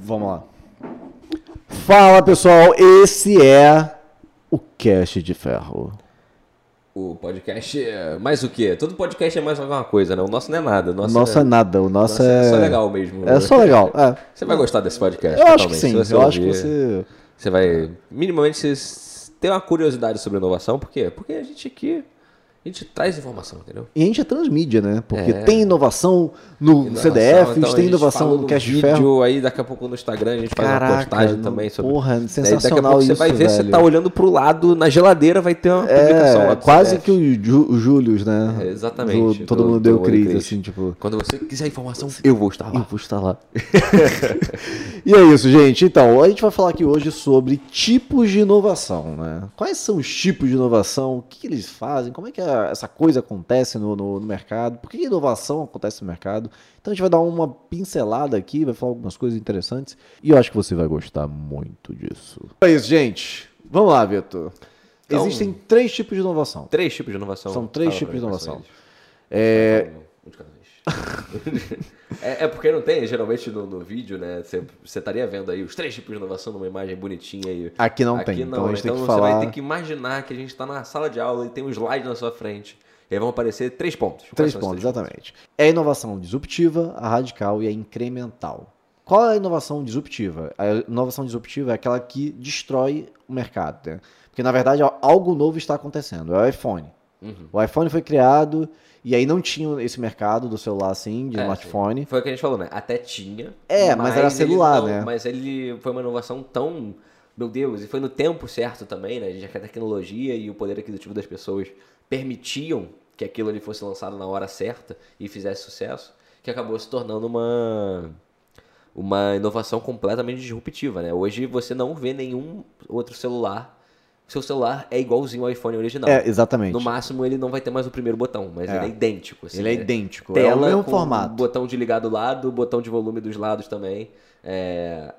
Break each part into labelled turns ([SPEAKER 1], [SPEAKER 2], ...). [SPEAKER 1] Vamos lá. Fala pessoal, esse é o Cast de Ferro.
[SPEAKER 2] O podcast é mais o quê? Todo podcast é mais alguma coisa, né? O nosso não é nada. O
[SPEAKER 1] O
[SPEAKER 2] nosso,
[SPEAKER 1] nosso
[SPEAKER 2] é,
[SPEAKER 1] é nada, o nosso
[SPEAKER 2] nosso
[SPEAKER 1] é.
[SPEAKER 2] só legal mesmo.
[SPEAKER 1] É só legal. é.
[SPEAKER 2] Você vai gostar desse podcast,
[SPEAKER 1] Eu acho que
[SPEAKER 2] totalmente.
[SPEAKER 1] sim,
[SPEAKER 2] Se você
[SPEAKER 1] eu acho que
[SPEAKER 2] ouvir,
[SPEAKER 1] você.
[SPEAKER 2] Você vai, minimamente, você s- ter uma curiosidade sobre inovação. Por quê? Porque a gente aqui, a gente traz informação, entendeu?
[SPEAKER 1] E a gente é transmídia, né? Porque
[SPEAKER 2] É.
[SPEAKER 1] tem inovação no
[SPEAKER 2] Inovação,
[SPEAKER 1] CDF,
[SPEAKER 2] então, a
[SPEAKER 1] tem
[SPEAKER 2] gente
[SPEAKER 1] inovação
[SPEAKER 2] falou
[SPEAKER 1] no Cast de
[SPEAKER 2] vídeo,
[SPEAKER 1] Ferro.
[SPEAKER 2] Aí daqui a pouco no Instagram a gente faz uma postagem
[SPEAKER 1] não-
[SPEAKER 2] também sobre.
[SPEAKER 1] Porra,
[SPEAKER 2] Daí daqui a
[SPEAKER 1] sensacional
[SPEAKER 2] pouco
[SPEAKER 1] isso,
[SPEAKER 2] você vai ver,
[SPEAKER 1] velho.
[SPEAKER 2] você tá olhando pro lado, na geladeira vai ter uma publicação lá
[SPEAKER 1] É,
[SPEAKER 2] do
[SPEAKER 1] quase
[SPEAKER 2] CDF.
[SPEAKER 1] que o, Ju, o Július, né?
[SPEAKER 2] É, exatamente,
[SPEAKER 1] Do- todo
[SPEAKER 2] do-
[SPEAKER 1] mundo deu
[SPEAKER 2] do
[SPEAKER 1] crise,
[SPEAKER 2] Cris.
[SPEAKER 1] assim, tipo...
[SPEAKER 2] Quando você quiser informação, eu vou estar
[SPEAKER 1] Eu
[SPEAKER 2] lá.
[SPEAKER 1] vou estar lá. e é isso, gente. Então, a gente vai falar aqui hoje sobre tipos de inovação, né? Quais são os tipos de inovação? O que, que eles fazem? Como é que a- essa coisa acontece no, no- no mercado? Por que a inovação acontece no mercado? Então, a gente vai dar uma pincelada aqui, vai falar algumas coisas interessantes. E eu acho que você vai gostar muito disso. É isso, gente. Vamos lá, Vitor.
[SPEAKER 2] Então-
[SPEAKER 1] Existem três tipos de inovação.
[SPEAKER 2] Três tipos de inovação.
[SPEAKER 1] São três
[SPEAKER 2] Fala pra
[SPEAKER 1] tipos de
[SPEAKER 2] mim quais são
[SPEAKER 1] inovação.
[SPEAKER 2] eles. É... Um de cada vez. é, é porque não tem, geralmente no, no vídeo, né? Você você estaria vendo aí os três tipos de inovação numa imagem bonitinha aí.
[SPEAKER 1] Aqui não
[SPEAKER 2] Aqui né?
[SPEAKER 1] tem, então a gente tem que
[SPEAKER 2] você
[SPEAKER 1] falar.
[SPEAKER 2] vai ter que imaginar que a gente está na sala de aula e tem um slide na sua frente. E aí vão aparecer três pontos. Quais
[SPEAKER 1] Três
[SPEAKER 2] são os
[SPEAKER 1] pontos, exatamente. É a inovação disruptiva, a radical e a incremental. Qual é a inovação disruptiva? A inovação disruptiva é aquela que destrói o mercado. né? Porque, na verdade, algo novo está acontecendo. É o iPhone.
[SPEAKER 2] Uhum.
[SPEAKER 1] O iPhone foi criado e aí não tinha esse mercado do celular assim, de
[SPEAKER 2] É,
[SPEAKER 1] smartphone.
[SPEAKER 2] Foi o que a gente falou, né? Até tinha.
[SPEAKER 1] É, mas era
[SPEAKER 2] ele
[SPEAKER 1] celular,
[SPEAKER 2] não-
[SPEAKER 1] né?
[SPEAKER 2] Mas ele foi uma inovação tão. Meu Deus, e foi no tempo certo também, né? Já que a tecnologia e o poder aquisitivo das pessoas permitiam que aquilo ali fosse lançado na hora certa e fizesse sucesso, que acabou se tornando uma uma inovação completamente disruptiva, né? Hoje você não vê nenhum outro celular. Seu celular é igualzinho ao iPhone original.
[SPEAKER 1] É, exatamente.
[SPEAKER 2] no máximo ele não vai ter mais o primeiro botão, mas
[SPEAKER 1] É.
[SPEAKER 2] ele é idêntico. assim,
[SPEAKER 1] Ele é
[SPEAKER 2] né?
[SPEAKER 1] idêntico. é o
[SPEAKER 2] tela
[SPEAKER 1] mesmo
[SPEAKER 2] com
[SPEAKER 1] formato.
[SPEAKER 2] botão de ligar do lado, botão de volume dos lados também. É,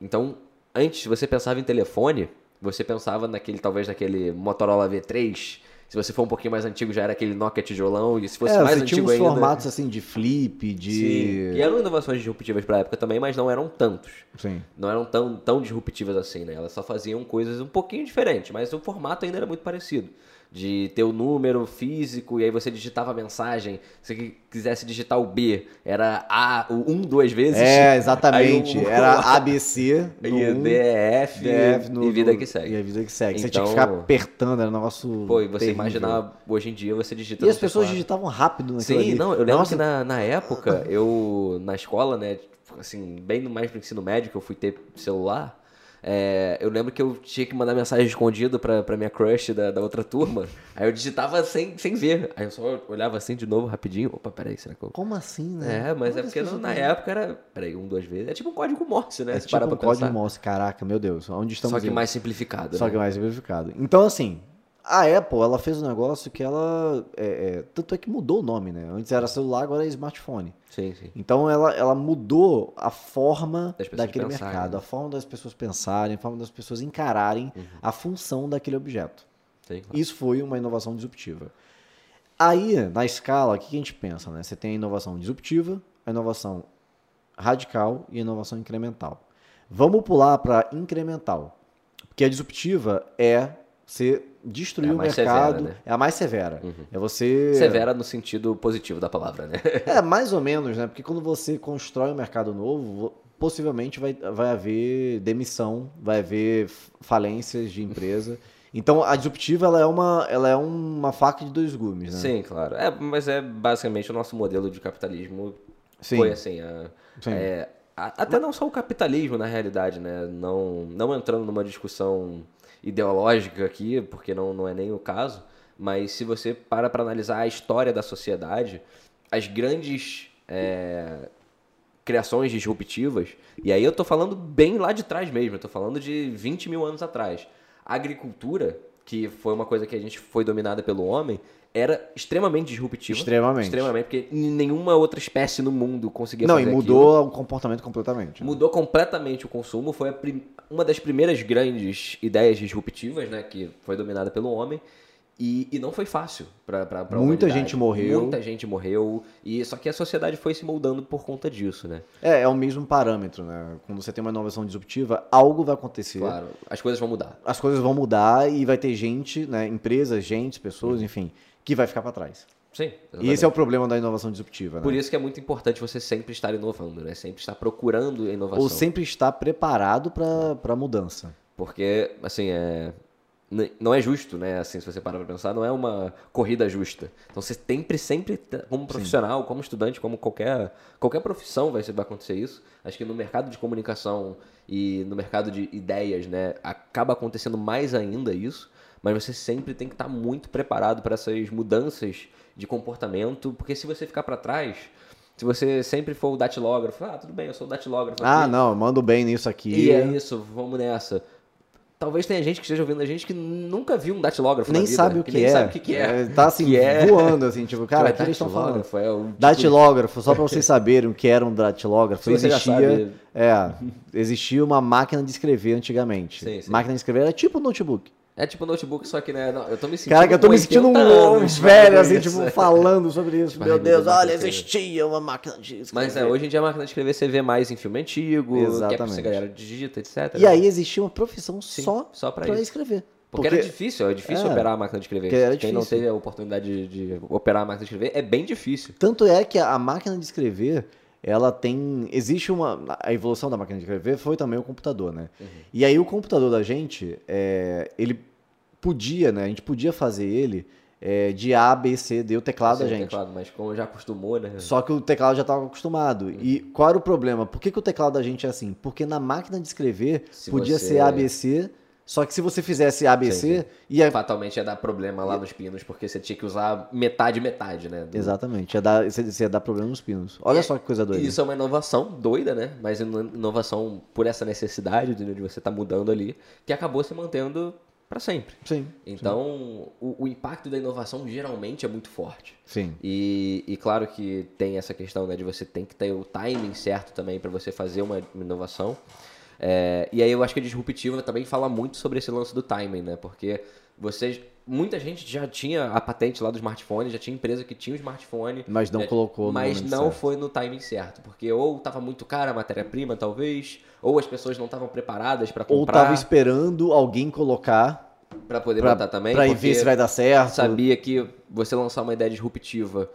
[SPEAKER 2] Então, antes você pensava em telefone, você pensava naquele, talvez naquele Motorola V3. Se você for um pouquinho mais antigo, já era aquele Nokia tijolão. E se fosse
[SPEAKER 1] É,
[SPEAKER 2] mais
[SPEAKER 1] você tinha
[SPEAKER 2] antigo
[SPEAKER 1] uns
[SPEAKER 2] ainda.
[SPEAKER 1] formatos assim de flip,
[SPEAKER 2] Sim.
[SPEAKER 1] de.
[SPEAKER 2] E eram inovações disruptivas pra época também, mas não eram tantos.
[SPEAKER 1] Sim.
[SPEAKER 2] Não eram tão, tão disruptivas assim, né? Elas só faziam coisas um pouquinho diferentes, mas o formato ainda era muito parecido. De ter o número físico e aí você digitava a mensagem. Se você quisesse digitar o B, era A, o 1 duas vezes.
[SPEAKER 1] É, exatamente.
[SPEAKER 2] Aí o- é
[SPEAKER 1] Era ABC. no
[SPEAKER 2] E
[SPEAKER 1] um,
[SPEAKER 2] DF,
[SPEAKER 1] DF no-
[SPEAKER 2] e vida
[SPEAKER 1] no-
[SPEAKER 2] que
[SPEAKER 1] E
[SPEAKER 2] segue.
[SPEAKER 1] a vida que segue. Você tinha
[SPEAKER 2] Então-
[SPEAKER 1] que ficar apertando, era um negócio.
[SPEAKER 2] Pô, e você
[SPEAKER 1] terrível.
[SPEAKER 2] imaginar, hoje em dia, você digitando...
[SPEAKER 1] E as
[SPEAKER 2] no
[SPEAKER 1] pessoas
[SPEAKER 2] teclado.
[SPEAKER 1] digitavam rápido naquilo
[SPEAKER 2] Sim,
[SPEAKER 1] ali.
[SPEAKER 2] não, eu lembro
[SPEAKER 1] Nossa,
[SPEAKER 2] que na, na época, eu, na escola, né, tipo, assim, bem no mais pro ensino médio que eu fui ter celular, é, eu lembro que eu tinha que mandar mensagem escondida pra, pra minha crush da, da outra turma, aí eu digitava sem, sem ver, aí eu só olhava assim de novo rapidinho, opa, peraí, será que eu...
[SPEAKER 1] Como assim, né?
[SPEAKER 2] É,
[SPEAKER 1] Como
[SPEAKER 2] mas é
[SPEAKER 1] que as
[SPEAKER 2] porque
[SPEAKER 1] pessoas
[SPEAKER 2] na
[SPEAKER 1] fazem?
[SPEAKER 2] época era, peraí, um, duas vezes, é tipo um código morse, né,
[SPEAKER 1] É
[SPEAKER 2] se
[SPEAKER 1] tipo
[SPEAKER 2] parar
[SPEAKER 1] um
[SPEAKER 2] pra
[SPEAKER 1] código
[SPEAKER 2] pensar.
[SPEAKER 1] Morse, caraca, meu Deus, onde estamos?
[SPEAKER 2] Só que
[SPEAKER 1] indo?
[SPEAKER 2] mais simplificado,
[SPEAKER 1] Só
[SPEAKER 2] né?
[SPEAKER 1] que mais simplificado. Então, assim, a Apple, ela fez um negócio que ela. é, é, tanto é que mudou o nome, né? Antes era celular, agora é smartphone.
[SPEAKER 2] Sim, sim.
[SPEAKER 1] Então ela, ela mudou a forma
[SPEAKER 2] Das pessoas
[SPEAKER 1] daquele
[SPEAKER 2] pensarem,
[SPEAKER 1] mercado,
[SPEAKER 2] né? Uhum.
[SPEAKER 1] a forma das pessoas pensarem, a forma das pessoas encararem a função daquele objeto.
[SPEAKER 2] sim claro.
[SPEAKER 1] Isso foi uma inovação disruptiva. Aí, na escala, o que que a gente pensa? Né? Você tem a inovação disruptiva, a inovação radical e a inovação incremental. Vamos pular para incremental. Porque a disruptiva é você destruir
[SPEAKER 2] É a
[SPEAKER 1] o
[SPEAKER 2] mais
[SPEAKER 1] mercado.
[SPEAKER 2] severa, né?
[SPEAKER 1] É a mais severa.
[SPEAKER 2] Uhum.
[SPEAKER 1] É você.
[SPEAKER 2] Severa no sentido positivo da palavra, né?
[SPEAKER 1] É, mais ou menos, né? Porque quando você constrói um mercado novo, vo- possivelmente vai, vai haver demissão, vai haver f- falências de empresa. Então, a disruptiva ela é, uma, ela é uma faca de dois gumes, né?
[SPEAKER 2] Sim, claro. É, mas é basicamente o nosso modelo de capitalismo
[SPEAKER 1] Sim,
[SPEAKER 2] foi assim. a-
[SPEAKER 1] sim.
[SPEAKER 2] é, a- até não só o capitalismo, na realidade, né? Não, não entrando numa discussão ideológica aqui, porque não, não é nem o caso, mas se você para para analisar a história da sociedade, as grandes é, criações disruptivas, e aí eu tô falando bem lá de trás mesmo, eu tô falando de 20 mil anos atrás. A agricultura, que foi uma coisa que a gente foi dominada pelo homem, era extremamente disruptiva.
[SPEAKER 1] Extremamente.
[SPEAKER 2] Extremamente, porque n- nenhuma outra espécie no mundo conseguia
[SPEAKER 1] Não, e
[SPEAKER 2] fazer
[SPEAKER 1] mudou o comportamento completamente. né?
[SPEAKER 2] aquilo. Mudou completamente o consumo, foi a prim- uma das primeiras grandes ideias disruptivas, né, que foi dominada pelo homem. E, e não foi fácil para
[SPEAKER 1] Muita gente morreu.
[SPEAKER 2] Muita gente morreu. E só que a sociedade foi se moldando por conta disso, né?
[SPEAKER 1] É, é o mesmo parâmetro, né? Quando você tem uma inovação disruptiva, algo vai acontecer.
[SPEAKER 2] Claro, as coisas vão mudar.
[SPEAKER 1] As coisas vão mudar e vai ter gente, né? Empresas, gente, pessoas, enfim, que vai ficar para trás.
[SPEAKER 2] Sim.
[SPEAKER 1] E esse é o problema da inovação disruptiva, né?
[SPEAKER 2] Por isso que é muito importante você sempre estar inovando, né? Sempre estar procurando inovação.
[SPEAKER 1] Ou sempre estar preparado para a mudança.
[SPEAKER 2] Porque, assim, é... n- não é justo, né? Assim, se você parar pra pensar, não é uma corrida justa. Então você sempre, sempre, tá- como profissional, como estudante, como qualquer, qualquer profissão vai, vai acontecer isso. Acho que no mercado de comunicação e no mercado de ideias, né? Acaba acontecendo mais ainda isso. Mas você sempre tem que estar muito preparado para essas mudanças de comportamento, porque se você ficar para trás, se você sempre for o datilógrafo, ah, tudo bem, eu sou o datilógrafo.
[SPEAKER 1] Ah,
[SPEAKER 2] aqui,
[SPEAKER 1] não, mando bem nisso aqui.
[SPEAKER 2] e é isso, vamos nessa. Talvez tenha gente que esteja ouvindo a gente que nunca viu um datilógrafo
[SPEAKER 1] nem
[SPEAKER 2] na vida,
[SPEAKER 1] sabe o
[SPEAKER 2] que
[SPEAKER 1] que,
[SPEAKER 2] nem
[SPEAKER 1] é.
[SPEAKER 2] sabe o que, que é.
[SPEAKER 1] Tá assim,
[SPEAKER 2] Que é.
[SPEAKER 1] voando, assim, tipo, cara, o que eles estão falando?
[SPEAKER 2] Datilógrafo É um tipo-
[SPEAKER 1] Datilógrafo, só pra vocês saberem o que era um
[SPEAKER 2] Se
[SPEAKER 1] datilógrafo,
[SPEAKER 2] você já
[SPEAKER 1] existia.
[SPEAKER 2] sabe- né?
[SPEAKER 1] É, existia uma máquina de escrever antigamente.
[SPEAKER 2] Sim, sim.
[SPEAKER 1] Máquina de escrever era tipo um notebook.
[SPEAKER 2] É tipo notebook, só que, né? não, eu tô me sentindo.
[SPEAKER 1] Caraca, eu tô
[SPEAKER 2] com
[SPEAKER 1] me sentindo um
[SPEAKER 2] 80 anos
[SPEAKER 1] velho,
[SPEAKER 2] falando
[SPEAKER 1] assim,
[SPEAKER 2] isso.
[SPEAKER 1] tipo, falando sobre isso.
[SPEAKER 2] Tipo,
[SPEAKER 1] Meu
[SPEAKER 2] ai, meu Deus,
[SPEAKER 1] Deus, olha,
[SPEAKER 2] máquina de
[SPEAKER 1] existia uma máquina de escrever.
[SPEAKER 2] Mas é, hoje em dia a máquina de escrever você vê mais em filme antigo, que é pra você
[SPEAKER 1] Exatamente.
[SPEAKER 2] galera digita, etc.
[SPEAKER 1] E aí existia uma profissão
[SPEAKER 2] é. Sim,
[SPEAKER 1] só
[SPEAKER 2] só pra
[SPEAKER 1] pra,
[SPEAKER 2] isso.
[SPEAKER 1] escrever.
[SPEAKER 2] Porque, era difícil, é difícil
[SPEAKER 1] É,
[SPEAKER 2] operar a máquina de escrever.
[SPEAKER 1] porque era
[SPEAKER 2] Quem não
[SPEAKER 1] difícil.
[SPEAKER 2] teve a oportunidade de, de operar a máquina de escrever é bem difícil.
[SPEAKER 1] Tanto é que a máquina de escrever, ela tem. Existe uma. A evolução da máquina de escrever foi também o computador, né?
[SPEAKER 2] Uhum.
[SPEAKER 1] E aí o computador da gente, é, ele podia, né? A gente podia fazer ele é, de A, B, C, D, o teclado
[SPEAKER 2] Sem
[SPEAKER 1] da gente.
[SPEAKER 2] teclado, mas como já acostumou, né?
[SPEAKER 1] Só que o teclado já estava acostumado.
[SPEAKER 2] Uhum.
[SPEAKER 1] E qual era o problema? Por que, que o teclado da gente é assim? Porque na máquina de escrever
[SPEAKER 2] Se
[SPEAKER 1] podia
[SPEAKER 2] você-
[SPEAKER 1] ser ABC, só que se você fizesse ABC, ia.
[SPEAKER 2] fatalmente ia dar problema lá nos pinos, porque você tinha que usar metade, metade, né? do-
[SPEAKER 1] Exatamente, ia dar, você- você ia dar problema nos pinos. Olha só que coisa doida.
[SPEAKER 2] E isso é uma inovação doida, né? Mas ino- inovação por essa necessidade de de você estar mudando ali, que acabou se mantendo para sempre.
[SPEAKER 1] Sim,
[SPEAKER 2] Então, o, o impacto da inovação geralmente é muito forte.
[SPEAKER 1] sim.
[SPEAKER 2] E, e claro que tem essa questão né, de você tem que ter o timing certo também para você fazer uma inovação. É, e aí eu acho que a disruptiva também fala muito sobre esse lance do timing, né? Porque você, muita gente já tinha a patente lá do smartphone, já tinha empresa que tinha o smartphone,
[SPEAKER 1] Mas não
[SPEAKER 2] É,
[SPEAKER 1] colocou no
[SPEAKER 2] mas
[SPEAKER 1] momento
[SPEAKER 2] não
[SPEAKER 1] certo.
[SPEAKER 2] foi no timing certo. Porque ou tava muito cara a matéria-prima, talvez, ou as pessoas não estavam preparadas para
[SPEAKER 1] Ou tava
[SPEAKER 2] comprar,
[SPEAKER 1] esperando alguém colocar
[SPEAKER 2] para poder
[SPEAKER 1] pra,
[SPEAKER 2] botar também.
[SPEAKER 1] pra ir
[SPEAKER 2] porque-
[SPEAKER 1] ver se vai dar certo.
[SPEAKER 2] sabia que você lançar uma ideia disruptiva,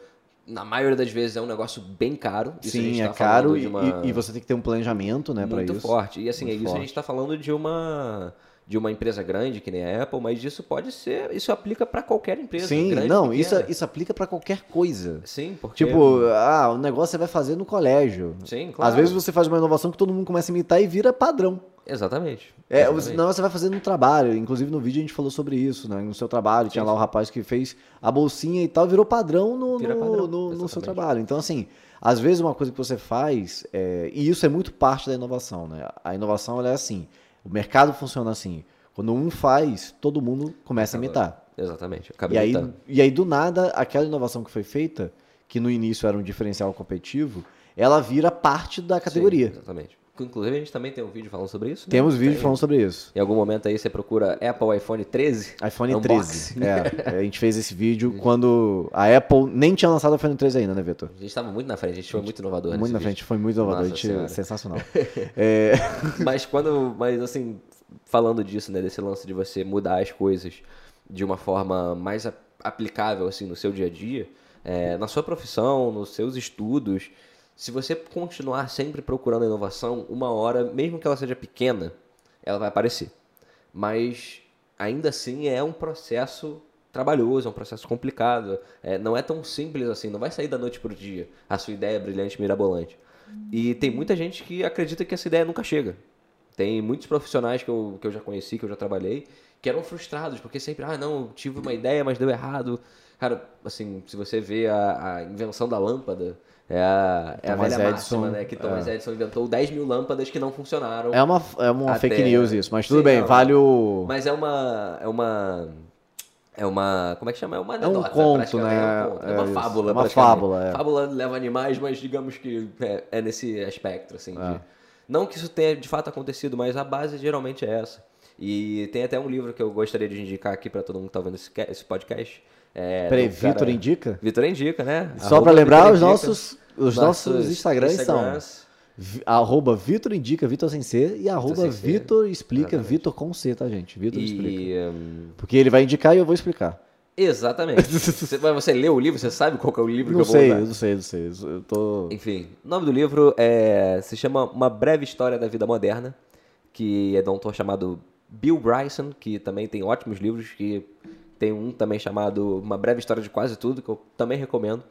[SPEAKER 2] na maioria das vezes é um negócio bem caro. Isso a
[SPEAKER 1] Sim,
[SPEAKER 2] gente
[SPEAKER 1] é
[SPEAKER 2] tá
[SPEAKER 1] caro
[SPEAKER 2] falando de
[SPEAKER 1] e,
[SPEAKER 2] uma-
[SPEAKER 1] e- e você tem que ter um planejamento, né, para
[SPEAKER 2] muito
[SPEAKER 1] isso.
[SPEAKER 2] forte. E assim,
[SPEAKER 1] Muito
[SPEAKER 2] isso a gente
[SPEAKER 1] forte.
[SPEAKER 2] está falando de uma de uma empresa grande que nem a Apple, mas isso pode ser, isso aplica para qualquer empresa.
[SPEAKER 1] Sim,
[SPEAKER 2] grande,
[SPEAKER 1] não,
[SPEAKER 2] pequena.
[SPEAKER 1] isso, é, isso aplica pra qualquer coisa.
[SPEAKER 2] Sim, porque
[SPEAKER 1] Tipo, ah, o negócio você vai fazer no colégio.
[SPEAKER 2] sim, claro.
[SPEAKER 1] Às vezes você faz uma inovação que todo mundo começa a imitar e vira padrão.
[SPEAKER 2] exatamente.
[SPEAKER 1] É,
[SPEAKER 2] exatamente.
[SPEAKER 1] não, você vai fazer no trabalho. Inclusive no vídeo a gente falou sobre isso, né? No seu trabalho, tinha
[SPEAKER 2] Sim,
[SPEAKER 1] lá o rapaz que fez a bolsinha e tal, virou padrão no,
[SPEAKER 2] Vira
[SPEAKER 1] no-
[SPEAKER 2] padrão,
[SPEAKER 1] no- no seu
[SPEAKER 2] exatamente.
[SPEAKER 1] trabalho. Então, assim, às vezes uma coisa que você faz, é, e isso é muito parte da inovação, né? A inovação ela é assim, o mercado funciona assim. Quando um faz, todo mundo começa a imitar.
[SPEAKER 2] Exatamente. Eu
[SPEAKER 1] E
[SPEAKER 2] Acabei
[SPEAKER 1] aí,
[SPEAKER 2] de tá-
[SPEAKER 1] e aí, do nada, aquela inovação que foi feita, que no início era um diferencial competitivo, ela vira parte da categoria.
[SPEAKER 2] Sim, exatamente. Inclusive a gente também tem um vídeo falando sobre isso. né?
[SPEAKER 1] Temos vídeo
[SPEAKER 2] Tem-
[SPEAKER 1] falando sobre isso.
[SPEAKER 2] Em algum momento aí você procura Apple iPhone 13.
[SPEAKER 1] iPhone
[SPEAKER 2] Unboxing.
[SPEAKER 1] 13. É, a gente fez esse vídeo quando a Apple nem tinha lançado o iPhone 13 ainda, né, Vitor?
[SPEAKER 2] A gente estava muito na frente, a gente foi muito inovador.
[SPEAKER 1] Muito
[SPEAKER 2] nesse
[SPEAKER 1] na
[SPEAKER 2] vídeo.
[SPEAKER 1] frente, foi muito inovador, a
[SPEAKER 2] Nossa
[SPEAKER 1] gente-
[SPEAKER 2] Senhora.
[SPEAKER 1] sensacional.
[SPEAKER 2] Mas quando. Mas assim, falando disso, né? Desse lance de você mudar as coisas de uma forma mais a- aplicável, assim, no seu dia a dia, é, na sua profissão, nos seus estudos, se você continuar sempre procurando inovação, uma hora, mesmo que ela seja pequena, ela vai aparecer. Mas ainda assim é um processo trabalhoso, é um processo complicado. É, não é tão simples assim, não vai sair da noite pro dia a sua ideia é brilhante, mirabolante. E tem muita gente que acredita que essa ideia nunca chega. Tem muitos profissionais que eu, que eu já conheci, que eu já trabalhei, que eram frustrados, porque sempre, ah, não, eu tive uma ideia, mas deu errado. Cara, assim, se você vê a, a invenção da lâmpada, é a, é a
[SPEAKER 1] Thomas
[SPEAKER 2] velha máxima,
[SPEAKER 1] Edison,
[SPEAKER 2] né? Que Thomas
[SPEAKER 1] é.
[SPEAKER 2] Edison inventou 10 mil lâmpadas que não funcionaram.
[SPEAKER 1] É uma, é uma
[SPEAKER 2] Até-
[SPEAKER 1] fake news isso, mas tudo
[SPEAKER 2] Sim,
[SPEAKER 1] bem,
[SPEAKER 2] não.
[SPEAKER 1] vale o.
[SPEAKER 2] Mas é uma. É uma. É uma. Como é que chama? É uma
[SPEAKER 1] É um
[SPEAKER 2] anedota,
[SPEAKER 1] conto,
[SPEAKER 2] praticamente,
[SPEAKER 1] né?
[SPEAKER 2] É, um conto, é
[SPEAKER 1] É
[SPEAKER 2] uma
[SPEAKER 1] isso,
[SPEAKER 2] fábula.
[SPEAKER 1] é uma
[SPEAKER 2] praticamente.
[SPEAKER 1] fábula, é.
[SPEAKER 2] Fábula leva animais, mas digamos que é, é nesse espectro, assim. de-
[SPEAKER 1] É.
[SPEAKER 2] Não que isso tenha de fato acontecido, mas a base geralmente é essa. E tem até um livro que eu gostaria de indicar aqui para todo mundo que tá vendo esse, ca- esse podcast. É,
[SPEAKER 1] Peraí,
[SPEAKER 2] do cara-
[SPEAKER 1] Vitor indica?
[SPEAKER 2] Vitor indica, né?
[SPEAKER 1] Só
[SPEAKER 2] Arroba
[SPEAKER 1] pra lembrar,
[SPEAKER 2] Vitor
[SPEAKER 1] os
[SPEAKER 2] Indica.
[SPEAKER 1] nossos, os nossos, Instagrams, são
[SPEAKER 2] Instagrams.
[SPEAKER 1] vi- arroba Vitor Indica, Vitor Sem C, e arroba
[SPEAKER 2] Sem C,
[SPEAKER 1] Vitor Explica,
[SPEAKER 2] exatamente.
[SPEAKER 1] Vitor com C, tá, gente? Vitor Explica.
[SPEAKER 2] E, hum,
[SPEAKER 1] Porque ele vai indicar e eu vou explicar.
[SPEAKER 2] exatamente. você, mas você leu o livro, você sabe qual que é o livro que
[SPEAKER 1] Não
[SPEAKER 2] eu vou
[SPEAKER 1] sei,
[SPEAKER 2] usar?
[SPEAKER 1] eu não sei, eu não sei. Eu tô...
[SPEAKER 2] Enfim, o nome do livro é, se chama Uma Breve História da Vida Moderna, que é de um autor chamado Bill Bryson, que também tem ótimos livros, que tem um também chamado Uma Breve História de Quase Tudo, que eu também recomendo.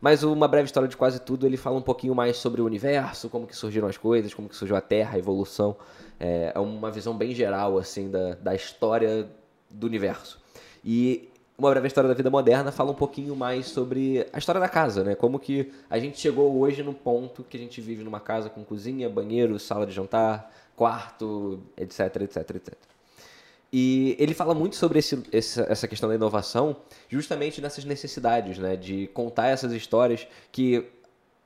[SPEAKER 2] Mas o Uma Breve História de Quase Tudo, ele fala um pouquinho mais sobre o universo, como que surgiram as coisas, como que surgiu a Terra, a evolução. É é uma visão bem geral, assim, da, da história do universo. E uma breve história da vida moderna fala um pouquinho mais sobre a história da casa, né? Como que a gente chegou hoje no ponto que a gente vive numa casa com cozinha, banheiro, sala de jantar, quarto, etc, etc, etc. E ele fala muito sobre esse- essa, essa questão da inovação, justamente nessas necessidades, né? De contar essas histórias que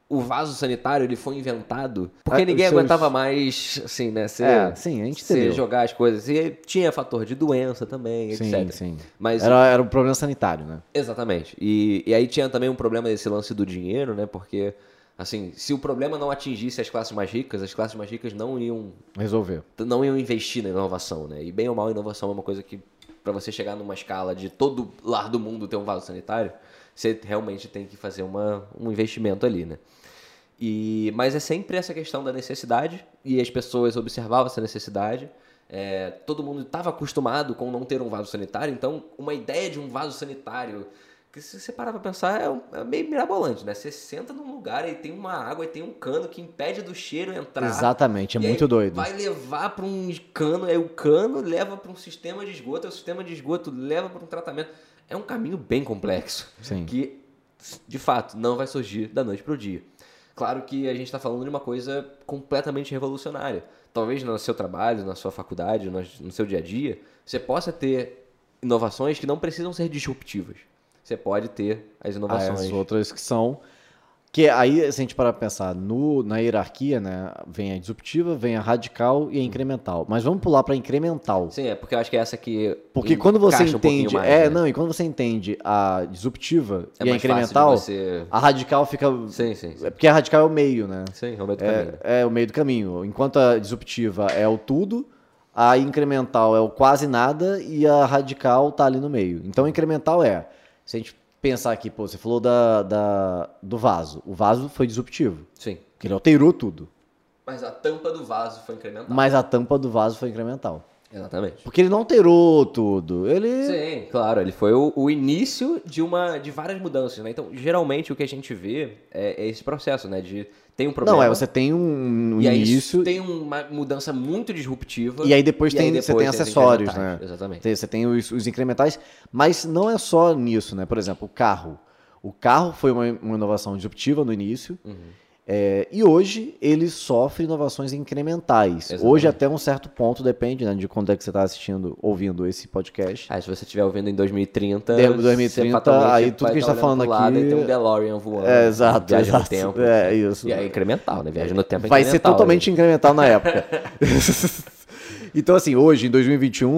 [SPEAKER 2] o vaso sanitário ele foi inventado porque
[SPEAKER 1] Ah,
[SPEAKER 2] ninguém
[SPEAKER 1] os seus-
[SPEAKER 2] aguentava mais, assim, né? Ser,
[SPEAKER 1] É, sim, a gente
[SPEAKER 2] ser
[SPEAKER 1] entendeu.
[SPEAKER 2] jogar as coisas. E tinha fator de doença também,
[SPEAKER 1] Sim,
[SPEAKER 2] etc.
[SPEAKER 1] sim.
[SPEAKER 2] Mas
[SPEAKER 1] Era, era um problema sanitário, né?
[SPEAKER 2] Exatamente. E, e aí tinha também um problema desse lance do dinheiro, né? Porque, assim, se o problema não atingisse as classes mais ricas, as classes mais ricas não iam,
[SPEAKER 1] Resolveu.
[SPEAKER 2] não iam investir na inovação, né? E bem ou mal, a inovação é uma coisa que, para você chegar numa escala de todo lar do mundo ter um vaso sanitário, você realmente tem que fazer uma, um investimento ali, né? E, mas é sempre essa questão da necessidade, e as pessoas observavam essa necessidade. É, todo mundo estava acostumado com não ter um vaso sanitário, então uma ideia de um vaso sanitário, que se você parar pra pensar, é, um- é meio mirabolante, né? Você senta num lugar e tem uma água e tem um cano que impede do cheiro entrar.
[SPEAKER 1] Exatamente, é
[SPEAKER 2] Tá. E aí
[SPEAKER 1] muito doido.
[SPEAKER 2] Vai levar pra um cano, aí o cano leva pra um sistema de esgoto, aí o sistema de esgoto leva pra um tratamento. É um caminho bem complexo
[SPEAKER 1] Sim. Ah,
[SPEAKER 2] que de fato não vai surgir da noite pro dia. Claro que a gente está falando de uma coisa completamente revolucionária. Talvez no seu trabalho, na sua faculdade, no no seu dia a dia, você possa ter inovações que não precisam ser disruptivas. Você pode ter
[SPEAKER 1] Ah, é,
[SPEAKER 2] as inovações.
[SPEAKER 1] As outras que são. Que aí, se a gente parar pra pensar, no, na hierarquia, né? Vem a disruptiva, vem a radical e a incremental. Mas vamos pular pra incremental.
[SPEAKER 2] Sim, é porque eu acho que é essa que
[SPEAKER 1] Porque quando você
[SPEAKER 2] encaixa um pouquinho
[SPEAKER 1] entende.
[SPEAKER 2] mais,
[SPEAKER 1] é,
[SPEAKER 2] né?
[SPEAKER 1] não, e quando você entende a disruptiva
[SPEAKER 2] É
[SPEAKER 1] e a
[SPEAKER 2] mais fácil de
[SPEAKER 1] incremental,
[SPEAKER 2] você-
[SPEAKER 1] a radical fica.
[SPEAKER 2] Sim, sim, sim.
[SPEAKER 1] É porque a radical é o meio, né?
[SPEAKER 2] Sim, é o meio do caminho.
[SPEAKER 1] É, é o meio do caminho. Enquanto a disruptiva é o tudo, a incremental é o quase nada e a radical tá ali no meio. Então, a incremental é. Se a gente pensar aqui, pô, você falou da, da- do vaso. O vaso foi disruptivo,
[SPEAKER 2] Sim.
[SPEAKER 1] porque ele alterou tudo.
[SPEAKER 2] Mas a tampa do vaso foi incrementada.
[SPEAKER 1] Mas a tampa do vaso foi incremental.
[SPEAKER 2] Exatamente.
[SPEAKER 1] Porque ele não alterou tudo. Ele.
[SPEAKER 2] Sim, claro, ele foi o, o início de uma de várias mudanças, né? Então, geralmente o que a gente vê é, é esse processo, né? De tem um problema.
[SPEAKER 1] Não, é, você tem um, um
[SPEAKER 2] e aí
[SPEAKER 1] início
[SPEAKER 2] tem uma mudança muito disruptiva.
[SPEAKER 1] E aí depois tem- você tem
[SPEAKER 2] as
[SPEAKER 1] acessórios,
[SPEAKER 2] incrementais.
[SPEAKER 1] né?
[SPEAKER 2] Exatamente.
[SPEAKER 1] Tem- Você tem os, os incrementais, mas não é só nisso, né? Por exemplo, o carro. O carro foi uma, uma inovação disruptiva no início.
[SPEAKER 2] Uhum.
[SPEAKER 1] é, e hoje ele sofre inovações incrementais.
[SPEAKER 2] Exatamente.
[SPEAKER 1] Hoje, até um certo ponto, depende né, de quando é que você está assistindo, ouvindo esse podcast.
[SPEAKER 2] Ah, se você estiver ouvindo em 2030,
[SPEAKER 1] Demo-
[SPEAKER 2] você
[SPEAKER 1] 2030,
[SPEAKER 2] fatalmente
[SPEAKER 1] aí tudo
[SPEAKER 2] vai
[SPEAKER 1] que a gente
[SPEAKER 2] tá
[SPEAKER 1] tá falando
[SPEAKER 2] olhando pro lado
[SPEAKER 1] aqui-
[SPEAKER 2] E tem um DeLorean voando.
[SPEAKER 1] É, exato,
[SPEAKER 2] Viaja
[SPEAKER 1] exato.
[SPEAKER 2] no tempo.
[SPEAKER 1] É, isso.
[SPEAKER 2] E é incremental, né? Viagem no tempo é
[SPEAKER 1] Vai ser
[SPEAKER 2] incremental,
[SPEAKER 1] totalmente incremental na época. então, assim, hoje, em 2021,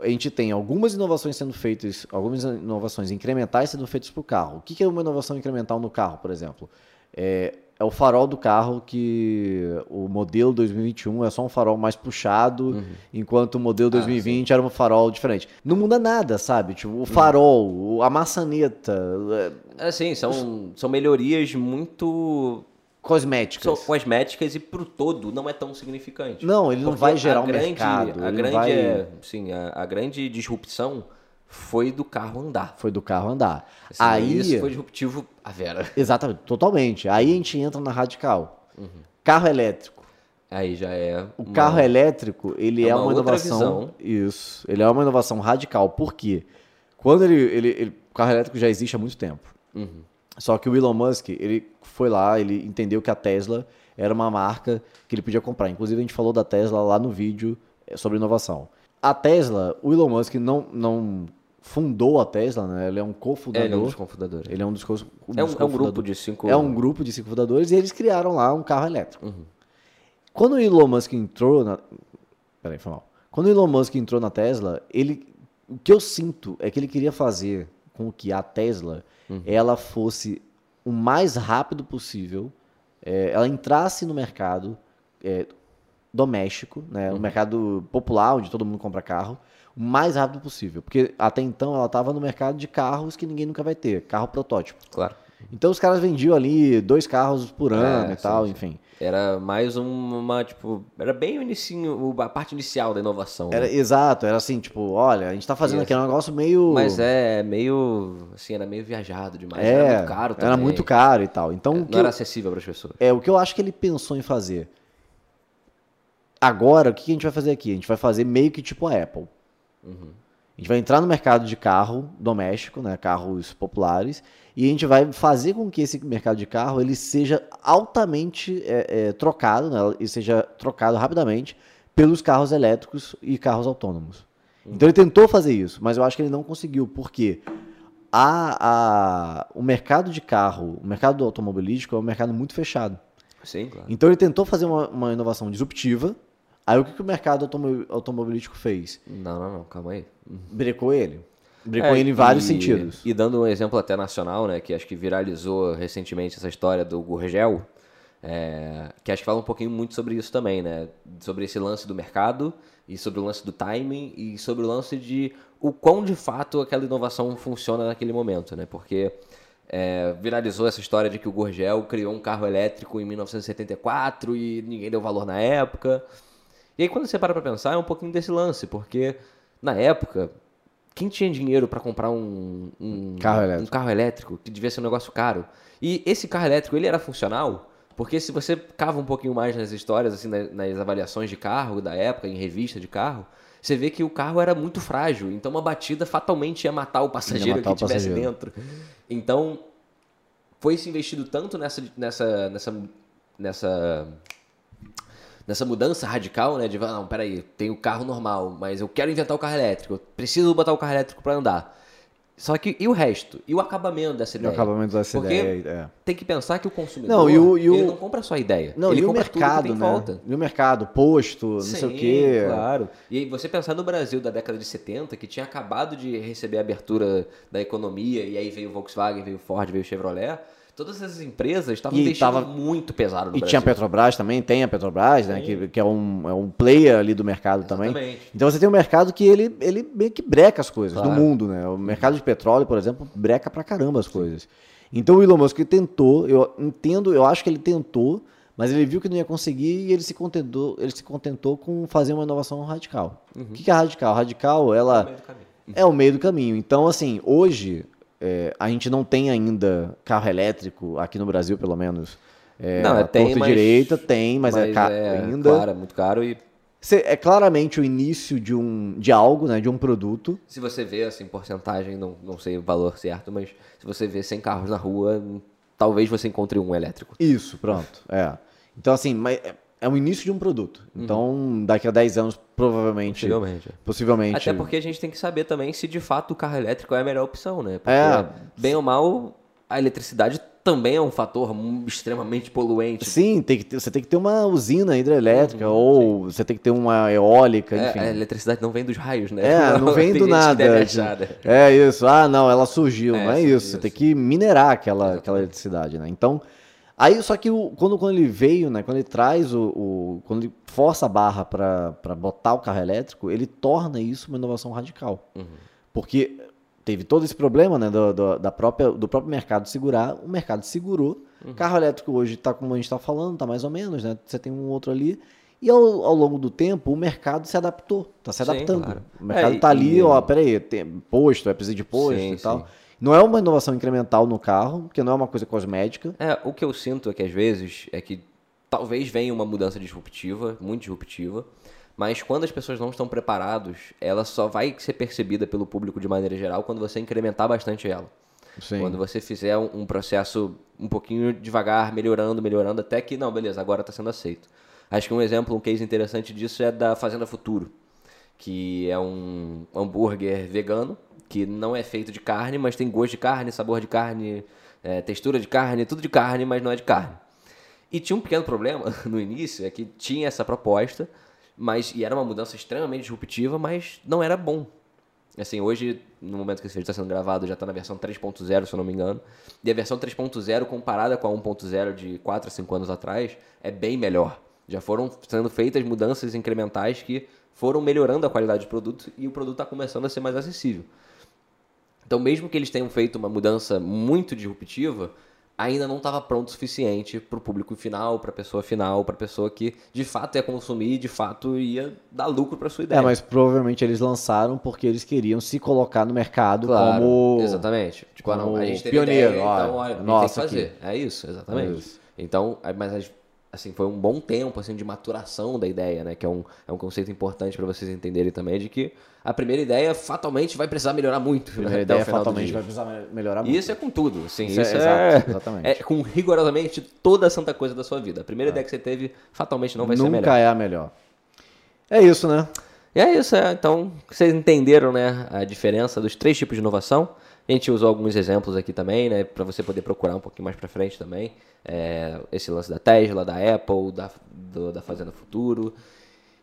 [SPEAKER 1] a gente tem algumas inovações sendo feitas, algumas inovações incrementais sendo feitas para o carro. O que que é uma inovação incremental no carro, por exemplo? É, é o farol do carro que o modelo 2021 é só um farol mais puxado,
[SPEAKER 2] Uhum.
[SPEAKER 1] enquanto o
[SPEAKER 2] Ah,
[SPEAKER 1] modelo 2020 era um farol diferente. Não muda nada, sabe?
[SPEAKER 2] Uhum.
[SPEAKER 1] Tipo, o farol, o- a maçaneta, é,
[SPEAKER 2] É, sim, são, são melhorias muito
[SPEAKER 1] cosméticas.
[SPEAKER 2] são cosméticas e pro todo não é tão significante.
[SPEAKER 1] Não, ele não
[SPEAKER 2] Porque
[SPEAKER 1] vai gerar
[SPEAKER 2] a
[SPEAKER 1] um
[SPEAKER 2] grande,
[SPEAKER 1] mercado, ele
[SPEAKER 2] A
[SPEAKER 1] não
[SPEAKER 2] grande,
[SPEAKER 1] vai-
[SPEAKER 2] é- sim, a, a grande disrupção foi do carro andar.
[SPEAKER 1] Foi do carro andar.
[SPEAKER 2] Assim,
[SPEAKER 1] Aí
[SPEAKER 2] Isso foi disruptivo a Vera.
[SPEAKER 1] Exatamente, totalmente. Aí a gente entra na radical. Carro elétrico.
[SPEAKER 2] Aí já é.
[SPEAKER 1] O carro elétrico, ele é,
[SPEAKER 2] é uma
[SPEAKER 1] uma,
[SPEAKER 2] outra
[SPEAKER 1] inovação. Isso. Ele é uma inovação radical. Por quê? Quando ele, ele, ele- O carro elétrico já existe há muito tempo.
[SPEAKER 2] Uhum.
[SPEAKER 1] Só que o Elon Musk, ele foi lá, ele entendeu que a Tesla era uma marca que ele podia comprar. Inclusive, a gente falou da Tesla lá no vídeo eh, sobre inovação. A Tesla, o Elon Musk não, não fundou a Tesla, né? Ele é um
[SPEAKER 2] É, ele é um
[SPEAKER 1] cofundador.
[SPEAKER 2] dos confundadores.
[SPEAKER 1] Ele é um dos, cos-
[SPEAKER 2] É um,
[SPEAKER 1] dos
[SPEAKER 2] é um grupo
[SPEAKER 1] cofundadores.
[SPEAKER 2] de cinco.
[SPEAKER 1] É um grupo de cinco fundadores e eles criaram lá um carro elétrico.
[SPEAKER 2] Uhum.
[SPEAKER 1] Quando o Elon Musk entrou na. Peraí, foi mal. Quando o Elon Musk entrou na Tesla, ele, o que eu sinto é que ele queria fazer com que a Tesla
[SPEAKER 2] Uhum.
[SPEAKER 1] ela fosse o mais rápido possível, é, ela entrasse no mercado é, doméstico, né,
[SPEAKER 2] Uhum.
[SPEAKER 1] o mercado popular onde todo mundo compra carro, o mais rápido possível, porque até então ela estava no mercado de carros que ninguém nunca vai ter, carro protótipo.
[SPEAKER 2] Claro.
[SPEAKER 1] Então os caras vendiam ali dois carros por
[SPEAKER 2] É,
[SPEAKER 1] ano e
[SPEAKER 2] sim,
[SPEAKER 1] tal,
[SPEAKER 2] sim.
[SPEAKER 1] enfim.
[SPEAKER 2] Era mais um- uma, tipo, era bem o inicinho, o- a parte inicial da inovação. né?
[SPEAKER 1] Era, exato, era assim, tipo, olha, a gente tá fazendo
[SPEAKER 2] Isso.
[SPEAKER 1] aqui um negócio meio.
[SPEAKER 2] Mas é meio, assim, era meio viajado demais.
[SPEAKER 1] É,
[SPEAKER 2] era muito caro também. É,
[SPEAKER 1] Era muito caro e tal. Então, o que
[SPEAKER 2] Não era acessível para as pessoas.
[SPEAKER 1] eu- é o que eu acho que ele pensou em fazer. Agora, o que que a gente vai fazer aqui? A gente vai fazer meio que tipo a Apple. A gente vai entrar no mercado de carro doméstico, né, carros populares, e a gente vai fazer com que esse mercado de carro ele seja altamente é, é, trocado, né, e seja trocado rapidamente pelos carros elétricos e carros autônomos. Então ele tentou fazer isso, mas eu acho que ele não conseguiu, porque a, a, o mercado de carro, o mercado automobilístico é um mercado muito fechado.
[SPEAKER 2] Sim, claro.
[SPEAKER 1] Então ele tentou fazer uma, uma inovação disruptiva, aí o que, que o mercado automo- automobilístico fez?
[SPEAKER 2] Não, não, não, calma aí.
[SPEAKER 1] Brecou ele. Brecou
[SPEAKER 2] Uhum. É,
[SPEAKER 1] ele em vários
[SPEAKER 2] e-
[SPEAKER 1] sentidos.
[SPEAKER 2] E dando um exemplo até nacional, né, que acho que viralizou recentemente essa história do Gurgel, é, que acho que fala um pouquinho muito sobre isso também, né, sobre esse lance do mercado e sobre o lance do timing e sobre o lance de o quão de fato aquela inovação funciona naquele momento, né, porque é, viralizou essa história de que o Gurgel criou um carro elétrico em 1974 e ninguém deu valor na época. E aí quando você para pra pensar, é um pouquinho desse lance, porque na época, quem tinha dinheiro pra comprar um, um,
[SPEAKER 1] Carro
[SPEAKER 2] um
[SPEAKER 1] elétrico.
[SPEAKER 2] carro elétrico, que devia ser um negócio caro? E esse carro elétrico, ele era funcional? Porque se você cava um pouquinho mais nas histórias, assim, na- nas, avaliações de carro da época, em revista de carro, você vê que o carro era muito frágil, então uma batida fatalmente ia matar o passageiro
[SPEAKER 1] matar
[SPEAKER 2] que
[SPEAKER 1] o
[SPEAKER 2] tivesse
[SPEAKER 1] passageiro.
[SPEAKER 2] dentro. Então, foi se investido tanto nessa nessa nessa nessa nessa mudança radical, né, de ah, não, peraí, tem o carro normal, mas eu quero inventar o carro elétrico, eu preciso botar o carro elétrico pra andar. Só que e o resto? E o acabamento dessa
[SPEAKER 1] E é o
[SPEAKER 2] ideia?
[SPEAKER 1] acabamento dessa
[SPEAKER 2] é, Porque
[SPEAKER 1] ideia. é.
[SPEAKER 2] Tem que pensar que o consumidor
[SPEAKER 1] Não, e o- e o-
[SPEAKER 2] ele não compra só a ideia,
[SPEAKER 1] Não,
[SPEAKER 2] ele
[SPEAKER 1] e o
[SPEAKER 2] compra tudo que
[SPEAKER 1] mercado,
[SPEAKER 2] tem em
[SPEAKER 1] né?
[SPEAKER 2] volta.
[SPEAKER 1] E o mercado, posto, não sei o quê.
[SPEAKER 2] Claro. E aí você pensar no Brasil da década de 70, que tinha acabado de receber a abertura da economia, e aí veio Volkswagen, veio Ford, veio Chevrolet, todas essas empresas estavam
[SPEAKER 1] E
[SPEAKER 2] investindo
[SPEAKER 1] tava-
[SPEAKER 2] muito pesado no
[SPEAKER 1] E
[SPEAKER 2] Brasil.
[SPEAKER 1] tinha a Petrobras também, tem a Petrobras, né? Que, que é, um, é um player ali do mercado também.
[SPEAKER 2] Exatamente.
[SPEAKER 1] Então você tem um mercado que ele, ele meio que breca as coisas
[SPEAKER 2] Claro.
[SPEAKER 1] no mundo, né? O mercado de petróleo, por exemplo, breca pra caramba as coisas. Então o Elon Musk tentou, eu entendo, eu acho que ele tentou, mas ele viu que não ia conseguir e ele se contentou, ele se contentou com fazer uma inovação radical.
[SPEAKER 2] Uhum.
[SPEAKER 1] O que que é radical? Radical, ela
[SPEAKER 2] No meio do caminho.
[SPEAKER 1] é o meio do caminho. Então, assim, hoje é, a gente não tem ainda carro elétrico, aqui no Brasil, pelo menos. É,
[SPEAKER 2] Não,
[SPEAKER 1] a
[SPEAKER 2] tem,
[SPEAKER 1] torta e
[SPEAKER 2] mas-
[SPEAKER 1] direita tem, mas, é caro ainda.
[SPEAKER 2] Claro, é muito caro e
[SPEAKER 1] Cê- é claramente o início de, um, de algo, né? De um produto.
[SPEAKER 2] se você vê, assim, porcentagem, não, não sei o valor certo, mas se você vê 100 carros na rua, talvez você encontre um elétrico.
[SPEAKER 1] Isso, pronto. É. Então, assim, mas é, é o início de um produto. Então, daqui a 10 anos, provavelmente.
[SPEAKER 2] Possivelmente.
[SPEAKER 1] Possivelmente.
[SPEAKER 2] Até porque a gente tem que saber também se de fato o carro elétrico é a melhor opção, né? Porque,
[SPEAKER 1] É.
[SPEAKER 2] bem ou mal, a eletricidade também é um fator mu- extremamente poluente.
[SPEAKER 1] Sim, tem que ter- você tem que ter uma usina hidrelétrica, ou você tem que ter uma eólica,
[SPEAKER 2] É,
[SPEAKER 1] enfim.
[SPEAKER 2] a eletricidade não vem dos raios, né?
[SPEAKER 1] É, não vem
[SPEAKER 2] Tem
[SPEAKER 1] do
[SPEAKER 2] gente que deve
[SPEAKER 1] nada.
[SPEAKER 2] achar, né?
[SPEAKER 1] É isso. Ah, não, ela surgiu.
[SPEAKER 2] É,
[SPEAKER 1] não é
[SPEAKER 2] surgiu,
[SPEAKER 1] isso. Você tem
[SPEAKER 2] sim.
[SPEAKER 1] que minerar aquela, aquela eletricidade, né? Então. Aí, só que o- quando, quando ele veio, né? Quando ele traz o. o- quando ele força a barra para botar o carro elétrico, ele torna isso uma inovação radical.
[SPEAKER 2] Uhum.
[SPEAKER 1] Porque teve todo esse problema, né? Do, do- da própria, do próprio mercado segurar. O mercado segurou.
[SPEAKER 2] Uhum.
[SPEAKER 1] Carro elétrico hoje tá como a gente tá falando, tá mais ou menos, né? Você tem um outro ali. E ao, ao longo do tempo, o mercado se adaptou, tá se
[SPEAKER 2] Sim,
[SPEAKER 1] adaptando.
[SPEAKER 2] claro.
[SPEAKER 1] O mercado
[SPEAKER 2] É, e-
[SPEAKER 1] tá ali,
[SPEAKER 2] e-
[SPEAKER 1] ó, peraí, tem posto, é preciso de posto
[SPEAKER 2] Sim,
[SPEAKER 1] e tal.
[SPEAKER 2] sim.
[SPEAKER 1] Não é uma inovação incremental no carro, porque não é uma coisa cosmética.
[SPEAKER 2] É, o que eu sinto é que às vezes é que talvez venha uma mudança disruptiva, muito disruptiva, mas quando as pessoas não estão preparados, ela só vai ser percebida pelo público de maneira geral quando você incrementar bastante ela.
[SPEAKER 1] Sim.
[SPEAKER 2] Quando você fizer um, um processo um pouquinho devagar, melhorando, melhorando, até que, não, beleza, agora está sendo aceito. Acho que um exemplo, um case interessante disso é da Fazenda Futuro, que é um hambúrguer vegano, que não é feito de carne, mas tem gosto de carne, sabor de carne, eh, textura de carne, tudo de carne, mas não é de carne. E tinha um pequeno problema no início, é que tinha essa proposta, Mas, e era uma mudança extremamente disruptiva, mas não era bom. Assim, hoje, no momento que esse vídeo está sendo gravado, já está na versão 3.0, se eu não me engano. E a versão 3.0, comparada com a 1.0 de 4 a 5 anos atrás, é bem melhor. Já foram sendo feitas mudanças incrementais que foram melhorando a qualidade do produto e o produto está começando a ser mais acessível. Então, mesmo que eles tenham feito uma mudança muito disruptiva, ainda não estava pronto o suficiente para o público final, para a pessoa final, para a pessoa que de fato ia consumir, de fato ia dar lucro para sua ideia.
[SPEAKER 1] É, mas provavelmente eles lançaram porque eles queriam se colocar no mercado
[SPEAKER 2] Claro,
[SPEAKER 1] como.
[SPEAKER 2] exatamente. Tipo, ah, não,
[SPEAKER 1] como
[SPEAKER 2] a gente teve
[SPEAKER 1] pioneiro,
[SPEAKER 2] ideia,
[SPEAKER 1] olha,
[SPEAKER 2] então, olha, a gente
[SPEAKER 1] nossa,
[SPEAKER 2] tem que fazer. É isso, exatamente.
[SPEAKER 1] É isso.
[SPEAKER 2] Então, é- mas assim, foi um bom tempo assim de maturação da ideia, né, que é um, é um conceito importante para vocês entenderem também de que a primeira ideia fatalmente vai precisar melhorar muito,
[SPEAKER 1] A
[SPEAKER 2] né, até
[SPEAKER 1] ideia é
[SPEAKER 2] o final do
[SPEAKER 1] fatalmente
[SPEAKER 2] dia.
[SPEAKER 1] vai precisar me- melhorar
[SPEAKER 2] E
[SPEAKER 1] muito.
[SPEAKER 2] isso é com tudo, assim,
[SPEAKER 1] Isso é-
[SPEAKER 2] isso, é,
[SPEAKER 1] exato, exatamente.
[SPEAKER 2] é com rigorosamente toda a santa coisa da sua vida. A primeira ideia que você teve fatalmente não vai ser a melhor.
[SPEAKER 1] Nunca é a melhor. É isso, né?
[SPEAKER 2] E é isso, é. então vocês entenderam né, a diferença dos três tipos de inovação. A gente usou alguns exemplos aqui também, né, para você poder procurar um pouquinho mais para frente também. É, esse lance da Tesla, da Apple, da, do- da Fazenda Futuro.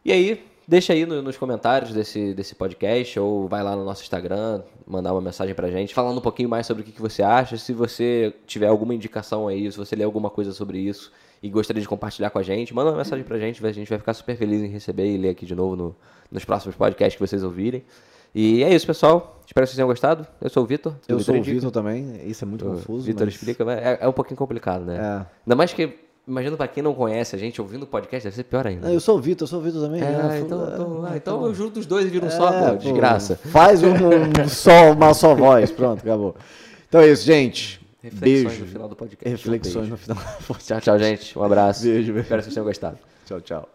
[SPEAKER 2] E aí, deixa aí no- nos comentários desse, desse podcast ou vai lá no nosso Instagram, mandar uma mensagem pra gente, falando um pouquinho mais sobre o que, que você acha. Se você tiver alguma indicação aí, se você lê alguma coisa sobre isso e gostaria de compartilhar com a gente, manda uma mensagem pra gente, a gente vai ficar super feliz em receber e ler aqui de novo no- nos próximos podcasts que vocês ouvirem. E é isso, pessoal. Espero que vocês tenham gostado. Eu sou o Vitor. do
[SPEAKER 1] Eu sou o
[SPEAKER 2] Indica.
[SPEAKER 1] Vitor também. Isso é muito confuso.
[SPEAKER 2] Vitor
[SPEAKER 1] mas-
[SPEAKER 2] explica, mas é, é um pouquinho complicado, né?
[SPEAKER 1] É.
[SPEAKER 2] Ainda mais que, imagino pra quem não conhece a gente, ouvindo o podcast deve ser pior ainda.
[SPEAKER 1] Não, Ah, eu sou o Vitor, eu sou o Vitor também.
[SPEAKER 2] É,
[SPEAKER 1] né?
[SPEAKER 2] então, então, ah,
[SPEAKER 1] É,
[SPEAKER 2] então
[SPEAKER 1] tá bom.
[SPEAKER 2] eu junto os dois e viro um
[SPEAKER 1] É,
[SPEAKER 2] só, pô,
[SPEAKER 1] pô,
[SPEAKER 2] desgraça.
[SPEAKER 1] Faz um, um só, uma só voz. Pronto, acabou. Então é isso, gente.
[SPEAKER 2] Reflexões
[SPEAKER 1] Beijo.
[SPEAKER 2] no final do podcast.
[SPEAKER 1] Reflexões no final.
[SPEAKER 2] Tchau, tchau, gente. Um abraço.
[SPEAKER 1] Beijo, beijo.
[SPEAKER 2] Espero que vocês tenham gostado.
[SPEAKER 1] Tchau, tchau.